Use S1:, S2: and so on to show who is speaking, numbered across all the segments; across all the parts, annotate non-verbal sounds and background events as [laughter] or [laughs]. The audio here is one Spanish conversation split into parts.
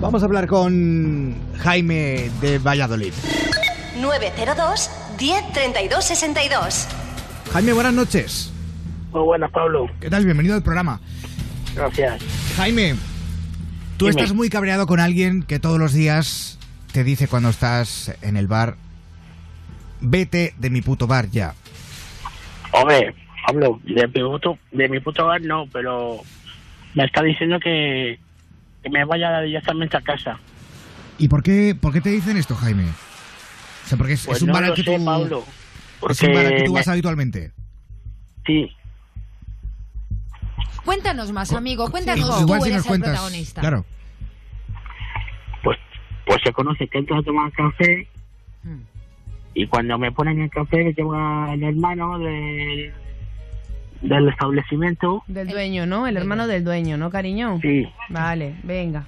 S1: Vamos a hablar con Jaime de Valladolid.
S2: 902 10 32 62.
S1: Jaime, buenas noches.
S3: Muy buenas, Pablo.
S1: ¿Qué tal? Bienvenido al programa.
S3: Gracias.
S1: Jaime, tú
S3: Dime.
S1: estás muy cabreado con alguien que todos los días te dice cuando estás en el bar, vete de mi puto bar ya.
S3: Hombre, Pablo, de mi puto, de mi puto hogar no, pero me está diciendo que, que me vaya directamente a casa.
S1: ¿Y por qué, por qué te dicen esto, Jaime? O sea, porque es,
S3: Pues
S1: es un
S3: no
S1: bar al
S3: lo
S1: que
S3: sé,
S1: tú,
S3: Pablo. Porque
S1: es un bar al que tú
S3: me-
S1: vas habitualmente.
S3: sí,
S4: Cuéntanos más, amigo. Cuéntanos.
S1: Oh, Igual
S4: tú
S1: si
S4: eres
S1: nos
S4: el
S1: cuentas.
S4: protagonista.
S1: Claro.
S3: pues, pues se conoce que entro a tomar café
S1: Hmm.
S4: Mm.
S3: y cuando me ponen el café me lleva el hermano del, del establecimiento.
S5: Del dueño, ¿no? El hermano del dueño, ¿no, cariño?
S3: Sí,
S5: Vale, venga.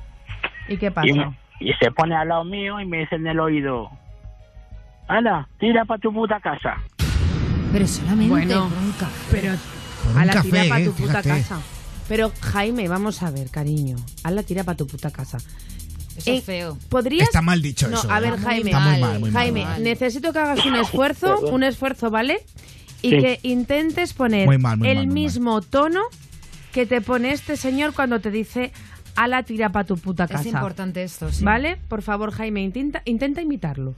S5: ¿Y qué
S3: y,
S5: pasa?
S3: me- y se pone al lado mío y me dice en el oído, Ana, tira para tu puta casa.
S4: Pero solamente
S5: Bueno.
S4: por un café.
S5: Pero
S1: Por
S5: a
S1: un
S5: la
S1: café,
S5: tira para
S1: eh,
S5: tu puta
S1: fíjate.
S5: casa. Pero Jaime, vamos a ver, cariño. A la tira para tu puta casa.
S4: Eso
S5: Eh,
S4: es feo.
S5: ¿Podrías
S1: Está mal dicho
S5: No,
S1: eso.
S5: a
S1: ¿eh?
S5: ver,
S4: Está muy
S5: Jaime.
S1: Está muy mal, muy mal.
S5: Jaime,
S1: muy mal.
S5: necesito que hagas un esfuerzo,
S3: Perdón.
S5: un esfuerzo, ¿vale? Y
S3: Sí.
S5: que intentes poner
S1: Muy mal, muy
S5: el
S1: mal, muy
S5: mismo tono que te pone este señor cuando te dice a la tira para tu puta casa.
S4: Es importante esto, sí.
S5: ¿Vale? Por favor, Jaime, intenta, intenta imitarlo.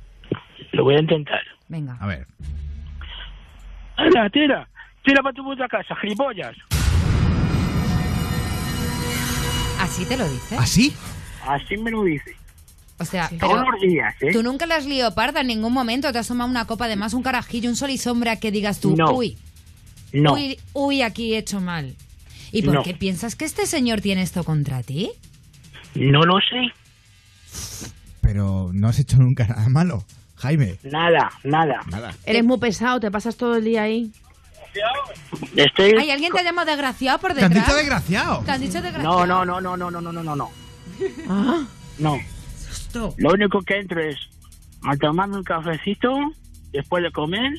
S3: Lo voy a intentar.
S4: Venga.
S1: A ver.
S3: Ana, tira, tira para tu puta casa, gilipollas.
S4: Así te lo dices.
S1: ¿Así?
S3: Así me lo dice.
S4: O sea, pero
S3: Todos los días, ¿eh?
S4: tú nunca la has liado parda en ningún momento. Te has tomado una copa de más, un carajillo, un sol y sombra que digas tú,
S3: No.
S4: uy,
S3: No,
S4: uy, uy, aquí he hecho mal. ¿Y por
S3: No.
S4: qué piensas que este señor tiene esto contra ti?
S3: no lo sé.
S1: Pero no has hecho nunca nada malo, Jaime.
S3: Nada, nada.
S1: Nada.
S5: Eres muy pesado, te pasas todo el día ahí.
S3: Estoy...
S4: Ay, alguien te ha llamado desgraciado por
S1: ¿Te han
S4: detrás.
S1: dicho desgraciado?
S4: ¿Te han dicho desgraciado?
S3: No, no, no, no, no, no, no, no, no, no.
S5: Ah,
S3: No.
S4: Esto.
S3: Lo único que entro es a tomarme un cafecito después de comer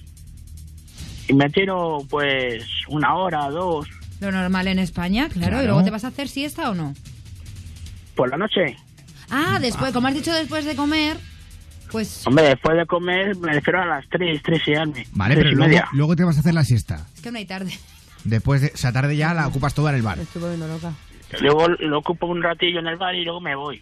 S3: y me tiro pues una hora, dos,
S4: Lo normal en España, claro,
S1: Claro.
S4: Y luego te vas a hacer siesta o no.
S3: por la noche.
S4: Ah, después, como has dicho, después de comer, pues
S3: Hombre, después de comer me refiero a las tres, tres y algo.
S1: Vale,
S3: tres
S1: pero
S3: y
S1: luego,
S3: media.
S1: luego te vas a hacer la siesta.
S4: es que no hay tarde.
S1: Después de esa tarde ya la ocupas toda en el bar.
S5: me estoy volviendo loca.
S3: Luego lo ocupo un ratillo en el bar y luego me voy.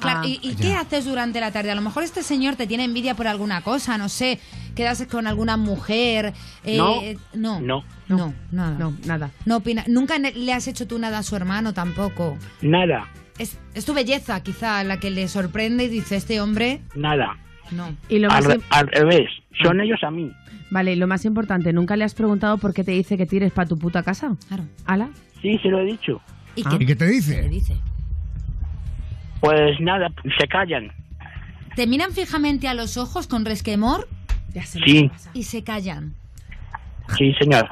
S4: Claro,
S5: Ah,
S4: ¿y, y qué haces durante la tarde? A lo mejor este señor te tiene envidia por alguna cosa, no sé, quedas con alguna mujer. eh,
S3: No,
S4: no,
S3: no.
S4: no, nada.
S5: No, nada.
S4: No opina. Nunca ne- le has hecho tú nada a su hermano tampoco.
S3: Nada,
S4: Es, es tu belleza, quizá, la que le sorprende y dice: Este hombre,
S3: nada.
S4: no.
S5: Y lo
S3: Al,
S5: más,
S3: re-
S5: im-
S3: al revés, son ellos a mí.
S5: vale, y lo más importante, ¿nunca le has preguntado por qué te dice que tires para tu puta casa?
S4: Claro.
S5: ¿Ala?
S3: Sí, se lo he dicho.
S4: ¿Y
S5: Ah.
S1: ¿Y qué te
S4: qué
S1: dice?
S4: dice?
S3: Pues nada, se callan.
S4: Te miran fijamente a los ojos con resquemor
S5: Ya sé
S3: Sí.
S4: y se callan.
S3: Sí, señor.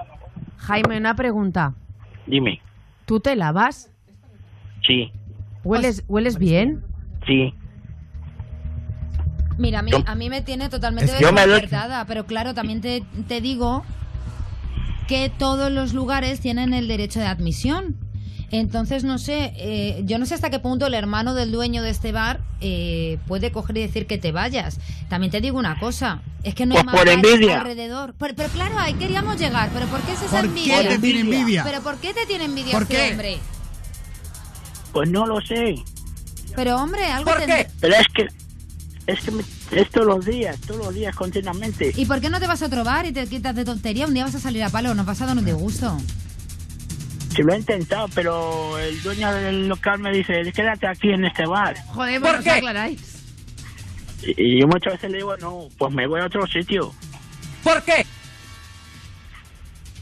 S5: Jaime, una pregunta.
S3: Dime.
S5: ¿Tú te lavas?
S3: Sí,
S5: ¿Hueles, hueles bien?
S3: sí.
S4: Mira, a mí,
S3: Yo-
S4: a mí me tiene totalmente
S3: Es- yo me lo-
S4: desconcertada, pero claro, también te, te digo que todos los lugares tienen el derecho de admisión. Entonces, no sé, eh, yo no sé hasta qué punto el hermano del dueño de este bar eh, puede coger y decir que te vayas. También te digo una cosa, es que no hay
S3: Pues
S4: más
S3: por
S4: bares
S3: envidia.
S4: alrededor. Pero, pero claro, ahí queríamos llegar, pero ¿por qué es esa
S1: ¿Por
S4: envidia?
S1: qué te tiene envidia?
S4: ¿Pero por qué te tiene envidia
S1: ¿Por
S4: este
S1: qué?
S4: hombre?
S3: Pues no lo sé.
S4: Pero hombre, algo
S1: ¿Por
S4: tendrá-
S1: qué?
S3: Pero es que. Es que me- es todos los días, todos los días continuamente.
S4: ¿Y por qué no te vas a otro bar y te quitas de tontería? Un día vas a salir a palo, nos vas a dar un disgusto.
S3: Se lo he intentado, pero el dueño del local me dice, quédate aquí en este bar.
S5: Joder,
S1: ¿Por
S5: ¿por
S1: qué?
S5: qué? aclaráis.
S3: Y, y yo muchas veces le digo, no, pues me voy a otro sitio.
S1: ¿Por qué?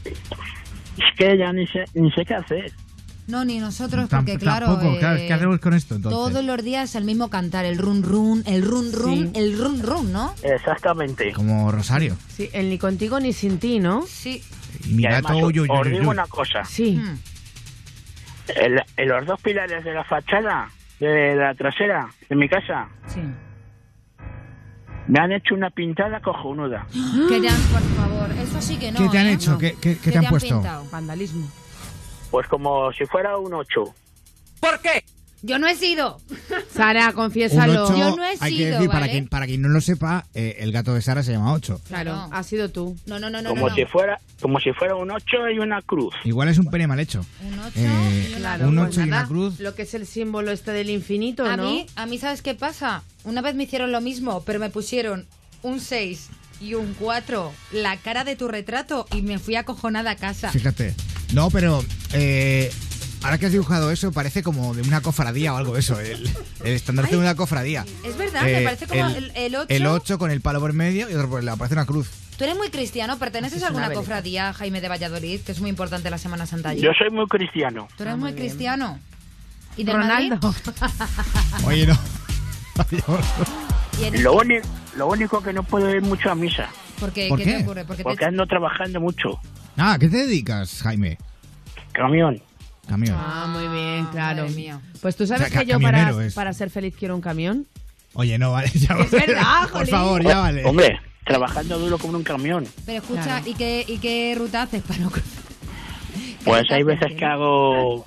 S3: Es que ya ni sé, ni sé qué hacer.
S4: No, ni nosotros, porque claro.
S1: tampoco,
S4: eh,
S1: claro, es que hacemos con esto entonces.
S4: Todos los días el mismo cantar, el run run, el run run, el run run, ¿no?
S3: Exactamente.
S1: Como Rosario.
S5: Sí, el ni contigo ni sin ti, ¿no?
S4: Sí.
S1: Y mi
S3: Y además,
S1: gato
S3: os-
S1: yo,
S3: os digo una cosa.
S5: Sí.
S4: Mm.
S3: El- en los dos pilares de la fachada, de la trasera, de mi casa,
S4: sí.
S3: me han hecho una pintada cojonuda.
S4: Que te han, por favor, eso sí que no.
S1: ¿Qué te han
S4: ¿eh?
S1: hecho?
S4: No.
S1: ¿Qué- qué- qué te han puesto?
S4: pintado?
S5: Vandalismo.
S3: Pues como si fuera un ocho.
S1: ¿Por qué?
S4: Yo no he sido.
S5: Sara, confiésalo.
S1: Un ocho,
S4: Yo no he
S1: hay que
S4: sido,
S1: decir, para,
S4: ¿vale?
S1: quien, para quien no lo sepa, eh, el gato de Sara se llama 8.
S5: Claro,
S4: Claro.
S5: ha sido tú.
S4: No, no, no, no.
S3: Como
S4: no,
S3: si
S4: no.
S3: fuera como si fuera un 8 y una cruz.
S1: Igual es un pene mal hecho.
S4: Un ocho
S1: Eh,
S4: y una
S5: Claro,
S1: un
S5: pues
S1: ocho y
S5: nada,
S1: una cruz.
S5: Lo que es el símbolo este del infinito,
S4: A
S5: ¿no?
S4: mí, a mí, ¿sabes qué pasa? Una vez me hicieron lo mismo, pero me pusieron un 6 y un 4, la cara de tu retrato, y me fui acojonada a casa.
S1: Fíjate. No, pero eh, ahora que has dibujado eso, parece como de una cofradía o algo de eso. El, el estandarte de una cofradía.
S4: Es verdad, me
S1: Eh,
S4: parece como el, el 8.
S1: El 8 con el palo por medio y otro por el lado. Parece una cruz.
S4: Tú eres muy cristiano, perteneces
S5: Es
S4: a
S5: una
S4: alguna
S5: veleta.
S4: cofradía, Jaime de Valladolid, que es muy importante la Semana Santa allí.
S3: Yo soy muy cristiano.
S4: Tú eres
S5: Ah,
S4: muy,
S5: muy bien.
S4: cristiano. ¿Y de
S5: Ronaldo.
S4: Madrid?
S1: Oye, no. [laughs]
S4: ¿Y eres-
S3: Lo único, lo único que no puedo ir mucho a misa,
S4: ¿Por qué?
S1: ¿Por
S4: ¿Qué,
S1: qué?
S4: te ocurre? Porque,
S3: porque
S4: te...
S3: ando trabajando mucho.
S1: ah, ¿qué te dedicas, Jaime?
S3: Camión.
S1: Camión.
S5: Ah, muy bien,
S4: Ah,
S5: claro.
S4: madre mía.
S5: Pues tú sabes
S1: O sea,
S5: que yo para,
S1: camionero es.
S5: para ser feliz quiero un camión.
S1: Oye, no, vale. Ya,
S5: Es verdad,
S1: Por
S5: jolín.
S1: favor, ya vale.
S3: Hombre, trabajando duro como un camión.
S4: Pero escucha,
S5: Claro.
S4: ¿y, qué, ¿y qué ruta haces para no cruzar?
S3: Pues
S4: ¿Qué
S3: hay
S4: ruta
S3: veces
S4: haces?
S3: que hago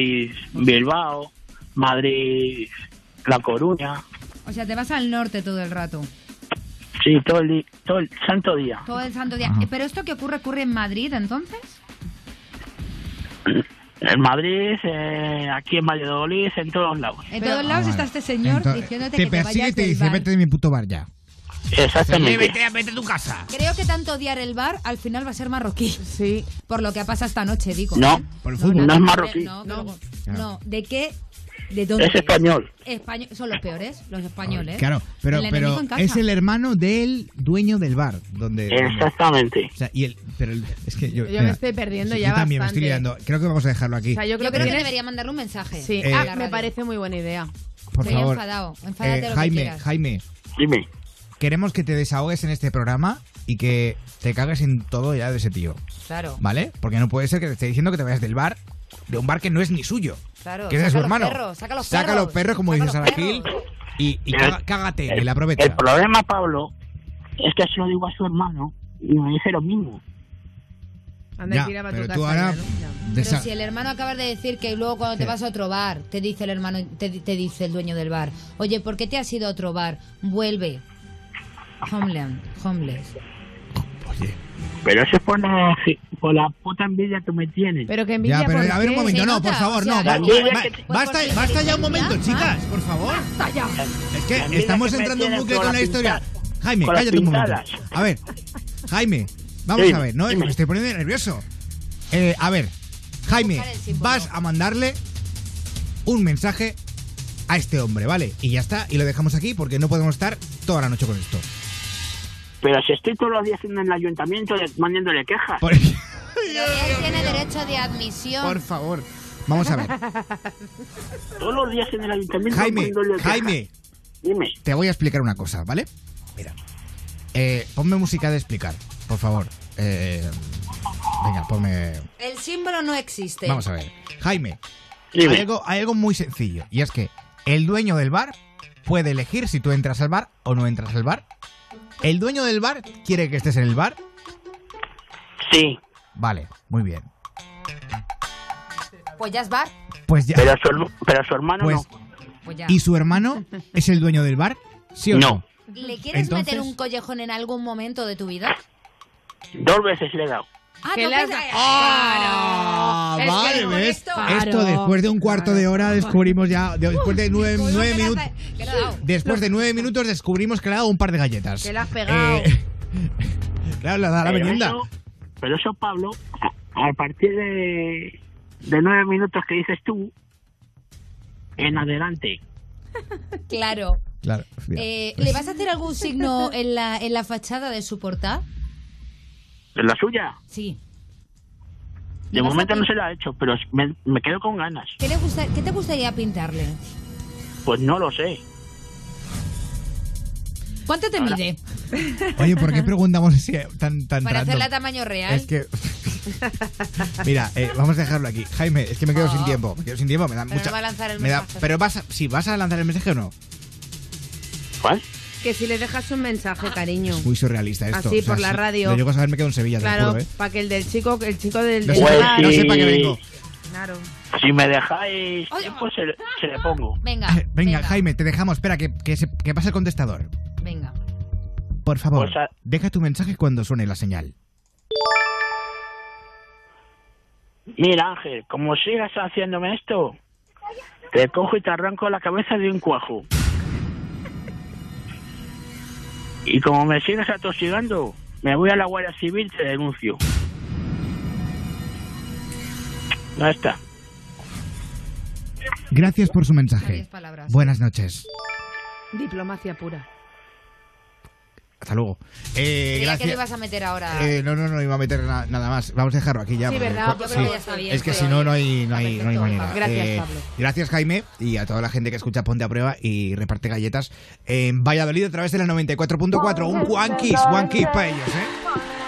S3: Madrid-Bilbao, Madrid-La Coruña.
S4: O sea, te vas al norte todo el rato.
S3: Sí, todo el, di- todo el santo día.
S4: Todo el santo día.
S1: Ajá.
S4: Eh, ¿Pero esto que ocurre, ocurre en Madrid entonces?
S3: En Madrid, eh, aquí en Valladolid, en todos lados.
S4: En todos lados está este señor diciéndote
S1: te
S4: que te
S1: persigue
S4: vayas
S1: y te
S4: del
S1: dice,
S4: bar.
S1: vete de mi puto bar ya. Oye,
S3: Exactamente.
S1: vete a tu casa.
S4: Creo que tanto odiar el bar al final va a ser marroquí.
S5: Sí.
S4: Por lo que ha pasado esta noche, digo.
S3: No,
S1: Por el fútbol.
S3: no es marroquí,
S4: No,
S5: No.
S4: luego-
S1: Claro.
S4: no, ¿de qué? ¿De dónde?
S3: es español.
S4: Español- son los peores, los españoles.
S1: Claro, pero,
S4: ¿eh? El enemigo
S1: pero
S4: en casa.
S1: es el hermano del dueño del bar. Donde, donde-
S3: Exactamente.
S1: o sea, y el, pero el- es que yo,
S5: Yo me estoy perdiendo
S1: sí,
S5: ya
S1: Yo también me
S5: bastante.
S1: estoy liando. Creo que vamos a dejarlo aquí.
S5: O sea, yo
S4: Yo
S5: creo
S4: creo que
S5: que tienes-
S4: debería mandarle un mensaje.
S5: Sí,
S1: Eh,
S5: ah,
S4: a la
S5: me
S4: radio.
S5: parece muy buena idea.
S1: Por
S4: Estoy
S1: favor. Eh,
S4: enfadado. Enfádate lo que
S1: Jaime,
S4: quieras.
S1: Jaime,
S3: Dime.
S1: queremos que te desahogues en este programa y que te cagues en todo ya de ese tío.
S4: Claro.
S1: ¿Vale? Porque no puede ser que te esté diciendo que te vayas del bar, de un bar que no es ni suyo.
S4: Claro,
S1: Que es de su
S4: saca los
S1: hermano.
S4: perros, saca los perros,
S1: perros, como dice
S4: saca los
S1: Sara Gil,
S4: perros.
S1: y, y caga- cágate en la aprovecha.
S3: El problema, Pablo, es que se lo digo a su hermano y me dice lo mismo.
S4: Ah,
S5: Anda,
S1: Ya,
S5: tira para
S1: pero
S5: tu
S1: tú
S5: casa,
S1: ahora...
S5: ya, ¿no? Ya.
S1: desa-
S4: Pero si el hermano acabas de decir que luego cuando te
S1: Sí.
S4: vas a otro bar, te dice el hermano, te, te dice el dueño del bar, oye, ¿por qué te has ido a otro bar? Vuelve. Homeland, homeless.
S1: Oye,
S3: Pero eso es por la, por la puta envidia que me tienen.
S5: Pero que envidia
S1: ya, pero
S5: ¿por
S1: a ver un
S5: qué?
S1: momento,
S4: Se
S1: no,
S4: nota,
S1: por
S4: o
S1: favor,
S4: sea,
S1: no.
S3: la
S1: va-
S3: envidia
S1: va-
S3: que te-
S1: basta,
S4: porque-
S1: basta ya un momento,
S4: Ya,
S1: chicas, por favor. Es
S3: La
S1: que
S3: envidia
S1: estamos
S3: que me
S1: entrando en
S3: tienes
S1: bucle
S3: con
S1: con la
S3: las
S1: historia.
S3: pintadas.
S1: Jaime,
S3: Con las
S1: cállate un momento.
S3: pintadas.
S1: A ver, Jaime, vamos
S3: Dime,
S1: a ver, no, Es que
S3: dime.
S1: me estoy poniendo nervioso. Eh, a ver, Jaime,
S4: buscar el símbolo.
S1: vas a mandarle un mensaje a este hombre, ¿vale? Y ya está, y lo dejamos aquí porque no podemos estar toda la noche con esto.
S3: Pero si estoy todos los días en el ayuntamiento de- mandándole quejas.
S4: [laughs]
S1: Por,
S4: Pero él tiene derecho de admisión.
S1: por favor, vamos a ver.
S3: Todos los días en el ayuntamiento
S1: Jaime,
S3: mandándole quejas.
S1: Jaime,
S3: Dime.
S1: te voy a explicar una cosa, ¿vale? Mira. Eh, ponme música de explicar, por favor. Eh, venga, ponme...
S4: El símbolo no
S5: Este-
S4: existe.
S1: Vamos a ver. Jaime,
S3: Dime.
S1: hay algo, hay algo muy sencillo. Y es que el dueño del bar puede elegir si tú entras al bar o no entras al bar. ¿El dueño del bar quiere que estés en el bar?
S3: Sí.
S1: Vale, muy bien.
S4: Pues ya es bar.
S1: Pues ya.
S3: Pero su, herma- pero su hermano
S1: Pues-
S3: no.
S4: Pues ya.
S1: ¿Y su hermano es el dueño del bar? ¿Sí o no?
S3: No.
S4: ¿Le quieres
S1: Entonces-
S4: meter un collejón en algún momento de tu vida?
S3: Dos veces le he dado.
S4: Ah,
S5: Que
S4: no,
S5: le has
S4: pues-
S5: da-
S1: Ah,
S5: Es que
S1: vale,
S5: con
S1: ¿ves?
S5: esto-
S1: Esto,
S5: Claro,
S1: después de un cuarto de hora descubrimos ya. de- Después de nueve,
S4: Uy, no,
S1: nueve
S4: que le has
S1: minutos.
S4: da- que le has dado.
S1: Después de nueve minutos descubrimos que le ha dado un par de galletas.
S5: Que le has pegado.
S1: Eh, [laughs] claro, le ha dado la
S3: pero,
S1: merienda.
S3: eso, pero eso, Pablo, a, a partir de, de nueve minutos que dices tú, en adelante.
S4: Claro.
S1: Claro. Pues, mira.
S4: Eh, ¿Le vas a hacer algún signo en la, en la fachada de su portal?
S3: ¿En la suya?
S4: Sí.
S3: De
S4: ¿Le vas a
S3: momento no
S4: pin-
S3: se la ha hecho, pero me, me quedo con ganas.
S4: ¿Qué, le gusta- ¿Qué te gustaría pintarle?
S3: Pues no lo sé.
S4: ¿Cuánto te mide?
S1: Oye,
S5: [laughs]
S1: ¿por qué preguntamos así eh, tan, tan
S4: Para hacerla a
S1: random?
S4: tamaño real.
S1: Es que. [laughs] Mira, eh, vamos a dejarlo aquí. Jaime, es que me quedo sin tiempo. Me quedo sin tiempo, me da
S4: Oh. Pero no
S1: mucha.
S4: va a lanzar el
S1: me da-
S4: mensaje.
S1: pero vas a, sí, ¿vas a lanzar el mensaje o no?
S3: ¿Cuál?
S5: Que si le dejas un mensaje, cariño.
S1: Es muy surrealista esto.
S5: Así, Ah, por la
S1: si
S5: radio.
S1: Lo llego a saber, me quedo en Sevilla, te lo
S5: claro,
S1: juro, ¿eh?
S5: para que el del chico, el chico del...
S1: No
S5: del
S1: sepa,
S3: Pues
S5: bar-
S1: no
S3: sí.
S1: sepa que vengo.
S5: Claro.
S3: Si me dejáis
S4: Oye,
S3: tiempo, se, le- se le pongo.
S4: Venga.
S1: [laughs] Eh, Venga, Jaime, te dejamos. Espera, que, que, se- que pase el contestador.
S4: Venga.
S1: Por favor,
S3: Pues a-
S1: deja tu mensaje cuando suene la señal.
S3: Mira, Ángel, como sigas haciéndome esto, te cojo y te arranco la cabeza de un cuajo. Y como me sigas atosigando, me voy a la Guardia Civil y te denuncio. Ya está.
S1: Gracias por su
S4: Varias
S1: mensaje.
S4: palabras.
S1: Buenas noches.
S5: Diplomacia pura.
S1: Hasta luego. Eh,
S4: Creía que
S1: gracias.
S4: le ibas a meter ahora.
S1: Eh, no, no, no iba a meter na- nada más. Vamos a dejarlo aquí ya.
S5: Sí,
S1: porque-
S5: ¿verdad? Yo
S1: sí.
S5: creo que ya está
S4: bien,
S1: es que
S4: pero
S1: si no, no hay,
S4: bien.
S1: no hay,
S4: Está
S1: no hay
S4: perfecto,
S1: manera. Eh,
S4: Pablo.
S5: Gracias, Pablo.
S1: Gracias, Jaime, y a toda la gente que escucha Ponte a Prueba y reparte galletas en Valladolid a través de la 94.4. Un Juan Kiss, One Kiss para ellos, ¿eh?